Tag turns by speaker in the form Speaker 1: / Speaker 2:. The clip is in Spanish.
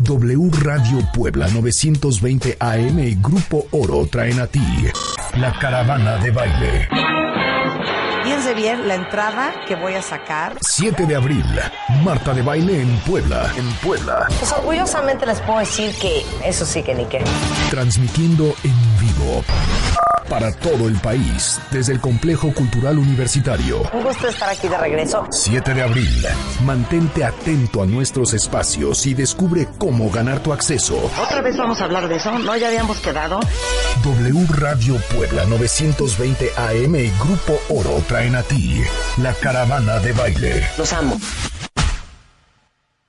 Speaker 1: W Radio Puebla 920 AM y Grupo Oro traen a ti la caravana de baile.
Speaker 2: Fíjense bien la entrada que voy a sacar.
Speaker 1: 7 de abril, Marta de baile en Puebla. En Puebla.
Speaker 2: Pues orgullosamente les puedo decir que eso sí que ni qué.
Speaker 1: Transmitiendo en vivo para todo el país desde el Complejo Cultural Universitario.
Speaker 2: Un gusto estar aquí de regreso.
Speaker 1: 7 de abril. Mantente atento a nuestros espacios y descubre cómo ganar tu acceso.
Speaker 2: ¿Otra vez vamos a hablar de eso? ¿No ya habíamos quedado?
Speaker 1: W Radio Puebla 920 AM y Grupo Oro traen a ti la caravana de baile.
Speaker 2: Los amo.